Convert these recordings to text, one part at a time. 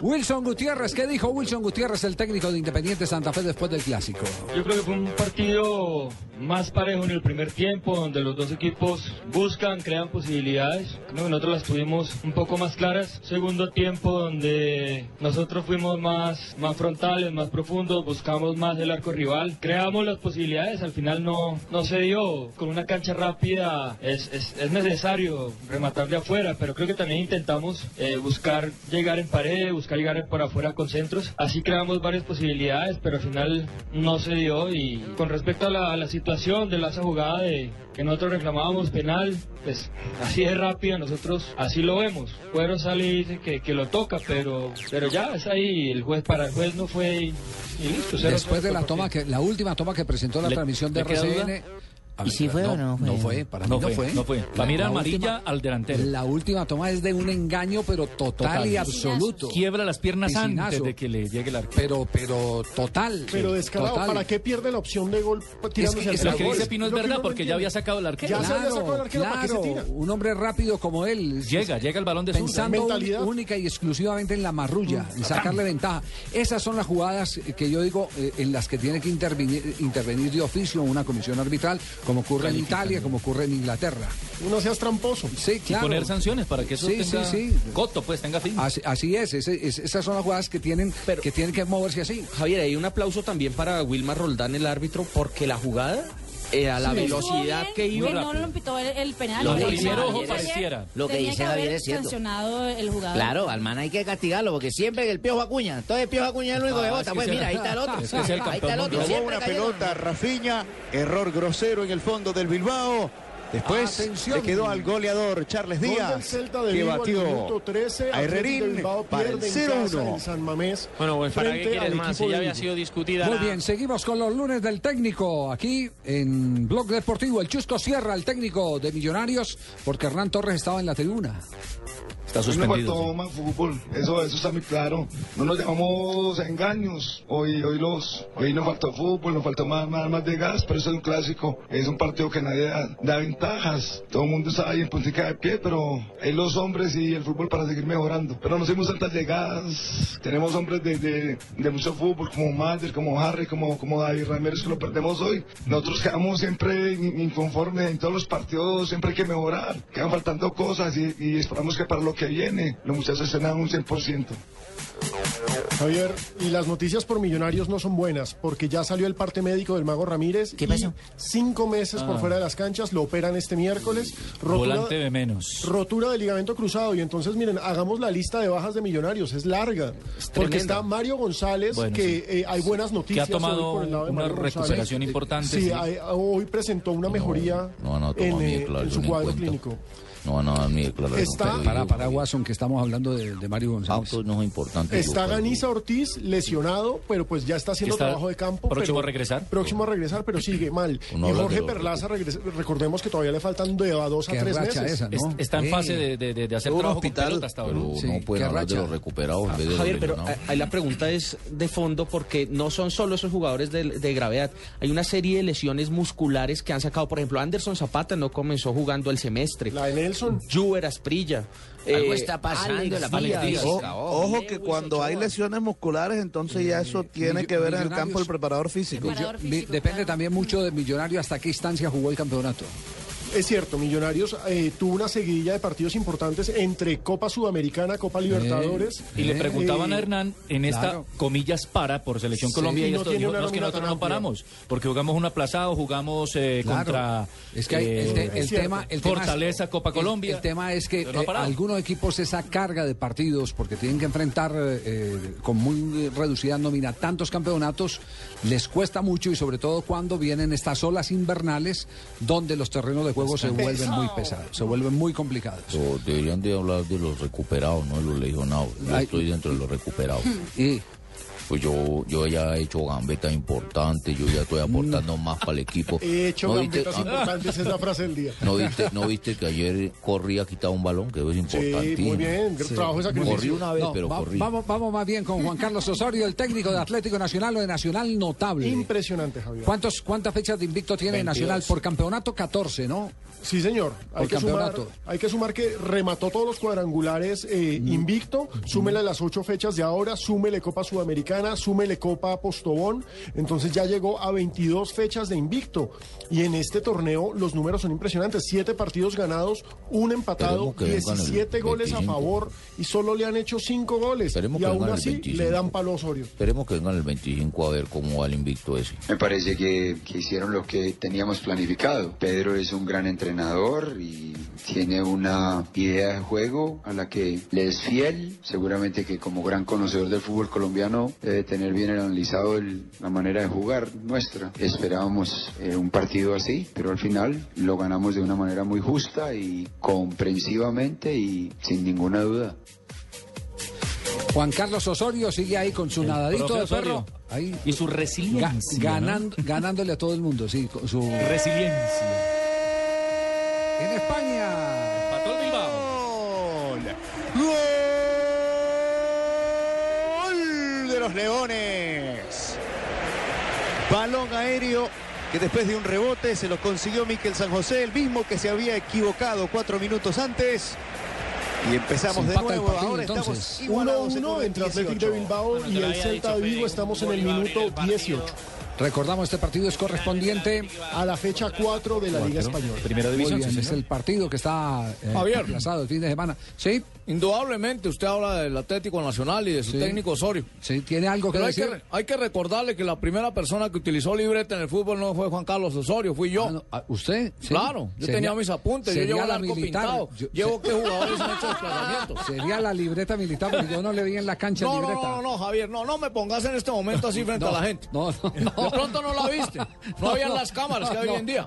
Wilson Gutiérrez, ¿qué dijo Wilson Gutiérrez, el técnico de Independiente Santa Fe después del clásico? Yo creo que fue un partido más parejo en el primer tiempo, donde los dos equipos buscan, crean posibilidades. Creo que nosotros las tuvimos un poco más claras. Segundo tiempo, donde nosotros fuimos más, más frontales, más profundos, buscamos más el arco rival, creamos las posibilidades. Al final no, no se dio. Con una cancha rápida es, es, es necesario rematar de afuera, pero creo que también intentamos eh, buscar llegar en pared, buscar llegar por afuera con centros. Así creamos varias posibilidades, pero al final no se dio. Y con respecto a la, a la situación de la esa jugada de que nosotros reclamábamos penal, pues así es rápida, nosotros así lo vemos. Cuero sale y dice que, que, lo toca, pero, pero ya es ahí, el juez para el juez no fue y, y Pues listo. Después de la toma que, la última toma que presentó la le, transmisión de RCN. Ver, ¿Y si fue no, o no fue? No fue, para mí no, no fue, fue. No fue. La mira la amarilla última, al delantero. La última toma es de un engaño, pero total, total. y absoluto. Quiebra las piernas Piscinazo. antes de que le llegue el arquero. Pero, pero total. Pero descarado, total. ¿para qué pierde la opción de gol tirándose es que, es Lo que dice Pino es verdad, porque ya había sacado el arquero. Ya claro, se había sacado el arquero, ¿para claro. qué se tira? Un hombre rápido como él. Llega, llega el balón de Pensando un, única y exclusivamente en la marrulla, mm. en sacarle ventaja. Esas son las jugadas que yo digo eh, en las que tiene que intervenir, intervenir de oficio una comisión arbitral como ocurre en Italia, como ocurre en Inglaterra. Uno seas tramposo. Sí, claro. Y poner sanciones para que eso sí, tenga sí, sí. coto, pues tenga fin. Así, así es, es, es, esas son las jugadas que tienen, Pero, que tienen que moverse así. Javier, hay un aplauso también para Wilmar Roldán, el árbitro, porque la jugada eh, a la sí, velocidad bien, que iba. No lo pitó el, el, penal. Lo, lo que dice Javier, pareciera. Lo que dice Javier es cierto. sancionado el jugador. Claro, al man hay que castigarlo porque siempre el piojo acuña. Entonces el piojo acuña es el único Ah, que vota. Pues mira, ahí está el otro. Es que es el ahí está el otro. Robó una pelota Rafiña, error grosero en el fondo del Bilbao. Después Atención. le quedó al goleador Charles Díaz, de que batió 13, a Herrerín para el 0-1. Bueno, pues para qué quieres más, si ya había sido discutida. Muy la... bien, seguimos con los lunes del técnico. Aquí en Blog Deportivo, el Chusco cierra el técnico de Millonarios porque Hernán Torres estaba en la tribuna. Está suspendido. No toma fútbol, eso, eso está muy claro. No nos llamamos engaños. Hoy, hoy, los, hoy nos faltó fútbol, nos faltó más, más, más de gas, pero eso es un clásico. Es un partido que nadie da, da ventajas. Todo el mundo está ahí en puntica de pie, pero es los hombres y el fútbol para seguir mejorando. Pero nos hicimos tantas llegadas. Tenemos hombres de, de, de mucho fútbol, como Mader, como Harry, como, como David Ramírez, que lo perdemos hoy. Nosotros quedamos siempre inconformes en todos los partidos, siempre hay que mejorar. Quedan faltando cosas y, y esperamos que para lo que viene, los muchachos serán un 100%. Javier, y las noticias por Millonarios no son buenas, porque ya salió el parte médico del Mago Ramírez. ¿Qué pasó? Cinco meses ah. por fuera de las canchas, lo operan este miércoles. Rotura, Volante de menos. Rotura de ligamento cruzado. Y entonces, miren, hagamos la lista de bajas de Millonarios, es larga. Es porque está Mario González, bueno, que sí. eh, hay buenas noticias. Que ha tomado por el lado de una Mario recuperación González. importante. Sí, sí. Hay, hoy presentó una mejoría no, no, no, en, eh, claro, en, su cuadro cuento. clínico. No, no, ni claro. Está, no, para, para Watson, que estamos hablando de, de Mario González. Auto no es importante. Está Ganisa Ortiz lesionado, pero pues ya está haciendo está trabajo de campo. Próximo pero, a regresar. Próximo a regresar, pero sigue mal. No y Jorge lo, Perlaza, regresa, recordemos que todavía le faltan de a dos a tres meses. Esa, ¿no? es, está en fase de, de, de hacer un trabajo hospital, con pelota hasta ahora. Pero sí, no pueden hablar racha. de los recuperados. Ah, Pues, Javier, los pero eh, ahí la pregunta es de fondo, porque no son solo esos jugadores de, de gravedad. Hay una serie de lesiones musculares que han sacado. Por ejemplo, Anderson Zapata no comenzó jugando el semestre. La de Nelson. Juber Asprilla. Algo eh, está pasando Alex, en la palestina. O, ojo que cuando hay lesiones musculares, entonces ya eso tiene eh, que ver en el campo el preparador físico. Preparador físico depende claro. también mucho del Millonario hasta qué instancia jugó el campeonato. Es cierto, Millonarios eh, tuvo una seguidilla de partidos importantes entre Copa Sudamericana, Copa Libertadores. Eh, y le preguntaban eh, a Hernán en esta, claro. comillas, para por Selección sí, Colombia y, no esto dijo, no, es que nosotros no paramos, porque jugamos un aplazado, jugamos claro. contra eh, es que hay, el, te, el, tema, el Fortaleza, Copa el, Colombia. El, tema es que no Eh, algunos equipos esa carga de partidos, porque tienen que enfrentar eh, con muy reducida nómina tantos campeonatos, les cuesta mucho y sobre todo cuando vienen estas olas invernales donde los terrenos de juego juegos se Pesado. vuelven muy pesados, se vuelven muy complicados. O deberían de hablar de los recuperados, no de los legionados. Yo Ay. estoy dentro de los recuperados. Y Pues yo, yo ya he hecho gambetas importantes, yo ya estoy aportando más para el equipo. He hecho ¿No viste- gambetas ah, importantes, es la frase del día. ¿No viste, ¿No viste que ayer corrí a quitar un balón? Que eso es importantísimo. muy bien, gran trabajo de sacrificio. Corrí una vez, No, pero va- corrí. vamos, vamos más bien con Juan Carlos Osorio, el técnico de Atlético Nacional o de Nacional notable. Impresionante, Javier. ¿Cuántos, ¿Cuántas fechas de invicto tiene 22. Nacional? Por campeonato 14, ¿no? Sí, señor. Hay Por que, sumar, campeonato. hay que sumar que remató todos los cuadrangulares eh, Mm. invicto, súmele las ocho fechas de ahora, súmele Copa Sudamericana, súmele Copa Postobón, entonces ya llegó a 22 fechas de invicto. Y en este torneo los números son impresionantes, siete partidos ganados, un empatado, Esperemos que vengan el 17 goles a 25. favor y solo le han hecho cinco goles. Esperemos y que aún vengan el así le 25. dan palo a Osorio. Esperemos que vengan el 25 a ver cómo va el invicto ese. Me parece que, que hicieron lo que teníamos planificado. Pedro es un gran entrenador y tiene una idea de juego a la que le es fiel. Seguramente que como gran conocedor del fútbol colombiano debe tener bien analizado el- la manera de jugar nuestra. Esperábamos eh, un partido así, pero al final lo ganamos de una manera muy justa y comprensivamente y sin ninguna duda. Juan Carlos Osorio sigue ahí con su nadadito profe de perro. Osorio. Ahí Y su resiliencia. ga- ganando, ganándole a todo el mundo, sí, con su Resiliencia. En España. Empató el Bilbao. Gol de los Leones. Balón aéreo que después de un rebote se lo consiguió Miquel San José, el mismo que se había equivocado cuatro minutos antes. Y empezamos de Se empata el nuevo. partido, Ahora entonces. estamos igualados en 1-1 el entre Athletic de 18. Bilbao y el Celta de Vigo. Estamos en el minuto 18. Recordamos, este partido es correspondiente a la fecha 4 de la Liga Española. Primera Muy división, bien, sí, es señor. el partido que está eh, Javier. aplazado el fin de semana. Sí, Indudablemente, usted habla del Atlético Nacional y de su Sí. técnico Osorio. sí, tiene algo que Pero hay que, decir. re- hay que recordarle que la primera persona que utilizó libreta en el fútbol no fue Juan Carlos Osorio, fui yo. Ah, ¿Usted? Sí. Claro, yo Sería- tenía mis apuntes, yo sería llevo el la arco militar. pintado, Yo- llevo se- que jugadores han hecho desplazamientos. Sería la libreta militar, pero yo no le vi en la cancha No, no, libreta. no, no, no, Javier, no, no me pongas en este momento así frente No, a la gente. No, no, no. De pronto no la viste, no, No, habían no, las cámaras que hay no, hoy en día.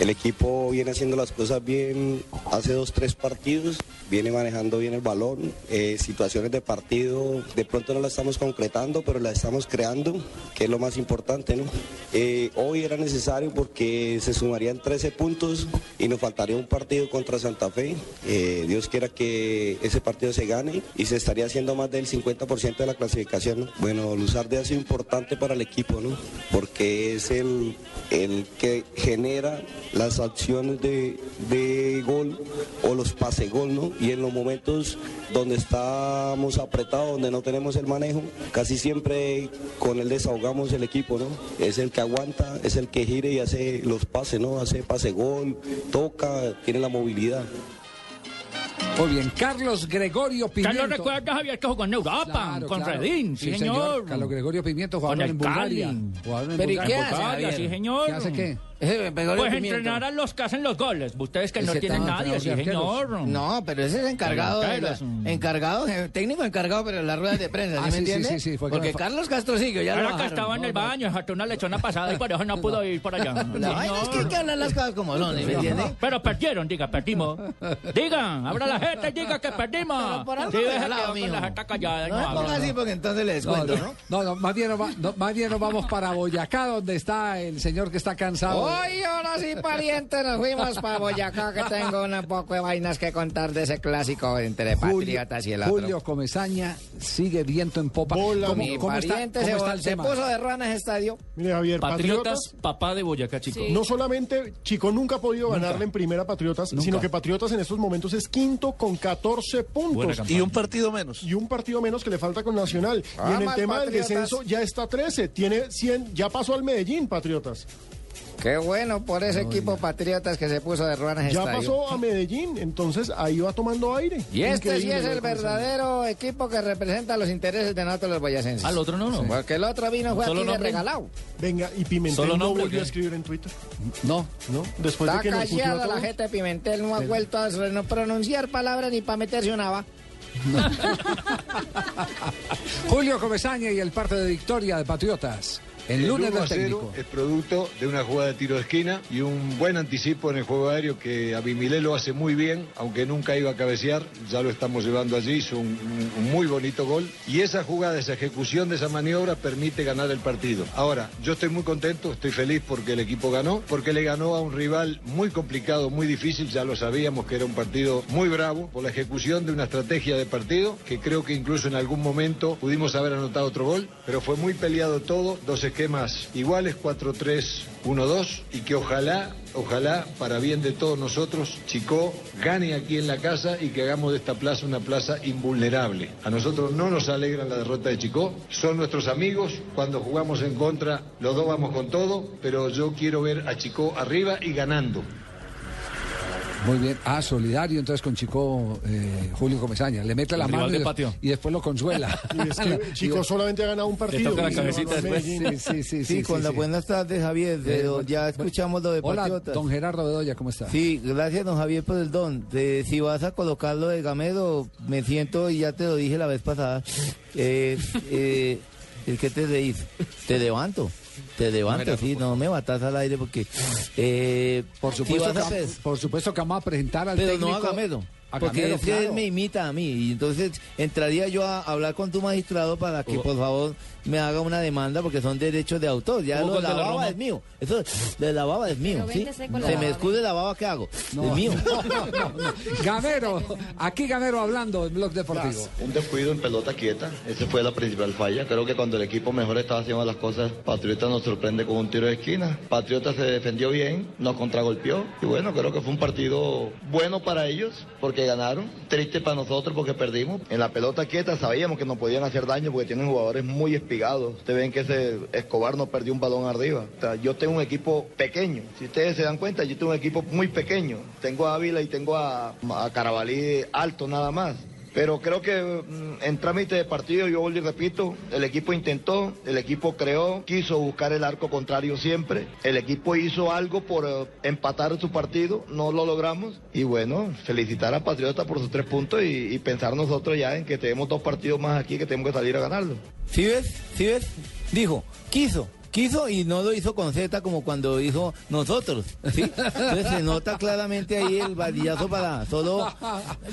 El equipo viene haciendo las cosas bien hace dos, tres partidos, viene manejando bien el balón, eh, situaciones de partido, de pronto no las estamos concretando, pero las estamos creando, que es lo más importante, ¿no? Eh, hoy era necesario porque se sumarían 13 puntos y nos faltaría un partido contra Santa Fe. Eh, Dios quiera que ese partido se gane y se estaría haciendo más del 50% de la clasificación. ¿no? Bueno, Luzarde ha sido importante para el equipo, ¿no? Porque es el, el que genera las acciones de, de gol o los pase gol, ¿no? Y en los momentos donde estamos apretados, donde no tenemos el manejo, casi siempre con él desahogamos el equipo, ¿no? Es el que aguanta, es el que gira y hace los pases, ¿no? Hace pase gol, toca, tiene la movilidad. Muy bien, Carlos Gregorio Pimiento. Carlos recuerda que Javier que jugó en Europa, Claro, con claro. Redín, sí, señor. Carlos Gregorio Pimiento, Con jugador el en Bulgaria. Cali. Jugador en Pero ¿y qué Bulgaria. hace, Javier? Sí, señor. ¿Qué hace qué? Pues entrenar a los que hacen los goles. Ustedes que no Ese tienen tan- nadie, sí, arqueros. señor. No, pero ese es encargado, de la- Arqueros, mm. encargado, eh, técnico encargado, pero en las ruedas de prensa, Ah, ¿sí me sí, sí, entiende? sí, sí, fue que Porque me fa- Carlos Castro sigue, ya lo Ahora que bajaron. estaba en el baño, se una lechona pasada y por eso no pudo ir por allá. La vaina es que hay que hablar las cosas como son, ¿sí me entiende? Pero perdieron, diga, perdimos. Digan, abra la jeta y diga que perdimos. Pero por algo Sí, me deja jalaba, que con mijo. la jeta callada, No no me habla. ponga así porque entonces le No, descuento, no, ¿no? no, no, más bien nos va- no, más bien nos vamos para Boyacá, donde está el señor que está cansado. Hoy, ahora sí, pariente, nos fuimos para Boyacá, que tengo un poco de vainas que contar de ese clásico entre patriotas y el otro. Julio Comesaña sigue viento en popa. ¿Cómo- Mi cómo está- pariente cómo se, está vol- el se tema? puso de rana ese estadio. Mire, Javier, Patriotas, papá de Boyacá, chico. No solamente Chico nunca ha podido ganarle en primera Patriotas, sino que Patriotas en estos momentos es quinto con 14 Buena puntos. campaña. Y un partido menos. Y un partido menos que le falta con Nacional. y en el Vamos, tema del Patriotas. descenso ya está 13, tiene 100, ya pasó al Medellín, Patriotas. Qué bueno por ese equipo Patriotas que se puso de ruanas Ya estadio. pasó a Medellín, entonces ahí va tomando aire. Y este sí Increíble Pues, es lo de el Cruz Azul. verdadero equipo que representa los intereses de nosotros los boyacenses. Al otro no, no. Sí. Porque el otro vino fue Solo aquí de nombre. regalado. Venga, y Pimentel Solo no nombre, volvió ¿qué? a escribir en Twitter. No, no. Después Está Pues de que nos puteó a callada la todos. gente de Pimentel, no ha vuelto a re- no pronunciar palabras ni para meterse una va. Julio Comesaña y el parte de victoria de Patriotas. El lunes del 1 a 0 técnico. es producto de una jugada de tiro de esquina y un buen anticipo en el juego aéreo que Abimile lo hace muy bien, aunque nunca iba a cabecear, ya lo estamos llevando allí, hizo un, un- un muy bonito gol. Y esa jugada, esa ejecución de esa maniobra permite ganar el partido. Ahora, yo estoy muy contento, estoy feliz porque el equipo ganó, porque le ganó a un rival muy complicado, muy difícil, ya lo sabíamos que era un partido muy bravo, por la ejecución de una estrategia de partido, que creo que incluso en algún momento pudimos haber anotado otro gol, pero fue muy peleado todo, dos esquemas iguales, 4-3-1-2, y que ojalá, ojalá, para bien de todos nosotros, Chico gane aquí en la casa y que hagamos de esta plaza una plaza invulnerable. A nosotros no nos alegra la derrota de Chico, son nuestros amigos, cuando jugamos en contra, los dos vamos con todo, pero yo quiero ver a Chico arriba y ganando. Muy bien. Ah, solidario entonces con Chico eh, Julio Comesaña. Le mete la El mano rival y, de des- patio. y después lo consuela. Y es que Chico solamente ha ganado un partido. toca la Y cabecita ganó a después. Medellín. Sí, sí, sí, Sí, sí, con sí, las sí. buenas tardes, Javier. Pero ya escuchamos lo de Eh, Hola, Patriotas. don Gerardo Bedoya, ¿cómo está? Sí, gracias, don Javier, por el don. De, si vas a colocarlo de Gamedo, me siento, y ya te lo dije la vez pasada, eh, eh, el que te reís, te levanto. Te levanto, sí, no me batas al aire porque... eh, por supuesto que- por supuesto que vamos a presentar al Pero no a técnico- Gamedo. a porque Gamedo, es que él claro. me imita a mí. Y entonces entraría yo a hablar con tu magistrado para que, por favor, me haga una demanda porque son derechos de autor. Ya Hubo lo, gol la de la baba Roma. es mío. Eso de la baba es mío. Pero ¿sí? véndese Se con la baba. me escude la baba, ¿qué hago? es mío. Gamero, aquí Gamero hablando en Blog Deportivo. Un descuido en pelota quieta, esa fue la principal falla. Creo que cuando el equipo mejor estaba haciendo las cosas, Patriota nos sorprende con un tiro de esquina. Patriota se defendió bien, nos contragolpeó y bueno, creo que fue un partido bueno para ellos porque ganaron, triste para nosotros porque perdimos. En la pelota quieta sabíamos que nos podían hacer daño porque tienen jugadores muy espigados. Ustedes ven que ese Escobar no perdió un balón arriba. O sea, yo tengo un equipo pequeño. Si ustedes se dan cuenta, yo tengo un equipo muy pequeño. Tengo a Ávila y tengo a, a Carabalí alto nada más. Pero creo que mm, en trámite de partido, yo vuelvo y repito, el equipo intentó, el equipo creó, quiso buscar el arco contrario siempre, el equipo hizo algo por eh, empatar su partido, no lo logramos. Y bueno, felicitar a Patriota por sus tres puntos y, y pensar nosotros ya en que tenemos dos partidos más aquí que tenemos que salir a ganarlo. ¿Sí ves? ¿Sí ves? Dijo, quiso. Quiso y no lo hizo con Z como cuando hizo nosotros. ¿sí? Entonces se nota claramente ahí el varillazo para solo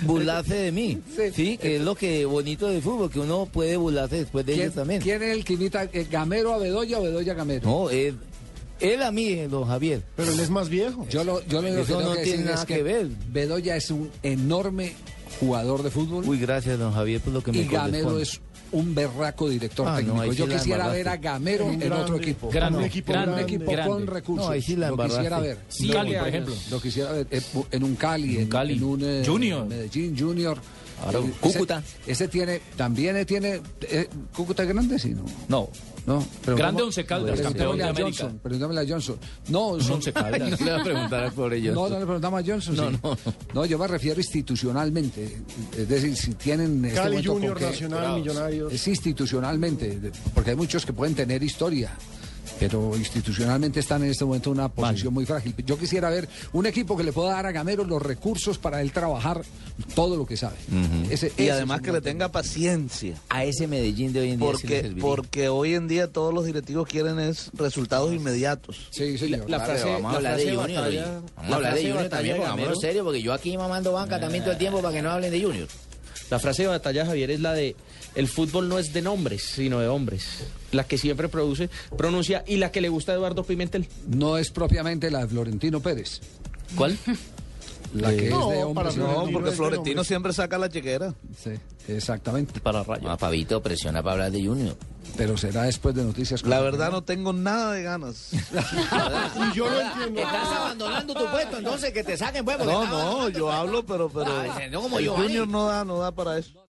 burlarse de mí. Sí, que es lo que bonito del fútbol, que uno puede burlarse después de ellos también. ¿Quién es el que imita eh, Gamero a Bedoya o Bedoya a Gamero? No, él, él a mí, eh, don Javier. Pero él es más viejo. Yo lo, yo lo único que Eso tengo no que tiene decir nada es que, que ver. Bedoya es un enorme jugador de fútbol. Uy, gracias, don Javier, por lo que me y Gamero corresponde. es un berraco director Ah, no, técnico. ahí sí yo la quisiera embarraste. ver a Gamero Un en grande, otro equipo. grande, un equipo equipo, un grande, equipo con grande. recursos. No, ahí sí la lo quisiera embarraste. ver. Sí, No, Cali, que por años. ejemplo. Lo quisiera ver eh, en un Cali, en, en un eh, Junior. Medellín Junior. Claro, Eh, ese- Cúcuta. Ese tiene, también eh, tiene, eh, Cúcuta es grande, sí, no. No. No, Grande Once Caldas, campeón de Preguntémosle a América. Johnson, preguntémosle a Johnson. No, son... Once Caldas. Le va a preguntar al pobre Johnson. No, no le preguntamos a Johnson. No, no. No, yo me refiero institucionalmente. Es decir, si tienen... este Cali momento con Junior, qué- Nacional, Millonarios. Es institucionalmente, de- porque hay muchos que pueden tener historia. Pero institucionalmente están en este momento en una posición muy frágil. Yo quisiera ver un equipo que le pueda dar a Gamero los recursos para él trabajar todo lo que sabe. Mm. Ese- ese y es además un que le tenga paciencia. A ese Medellín de hoy en día sí le Porque, serviría. porque hoy en día todos los directivos quieren es resultados inmediatos. Sí, señor. La, Claro, frase, vamos la a hablar de frase Junior. oye. batalla- Vamos la a hablar de frase Junior batalla también, de pongámoslo Gamero- serio, porque yo aquí mamando banca también todo el tiempo para que no hablen de Junior. La frase de batalla, Javier, es la de el fútbol no es de nombres, sino de hombres. La que siempre produce, pronuncia y la que le gusta a Eduardo Pimentel. No es propiamente la de Florentino Pérez. ¿Cuál? La que no, es de hombres. porque Florentino siempre saca la chequera. Sí, exactamente. Para rayo. No, Pavito, presiona para hablar de Junior. Pero será después de noticias. La verdad no tengo nada de ganas. Y yo lo entiendo. Estás abandonando tu puesto, entonces que te saquen, pues, porque No, estás no, yo hablo, pero, pero Ah, no como el Giovanni. Junior no da, no da para eso.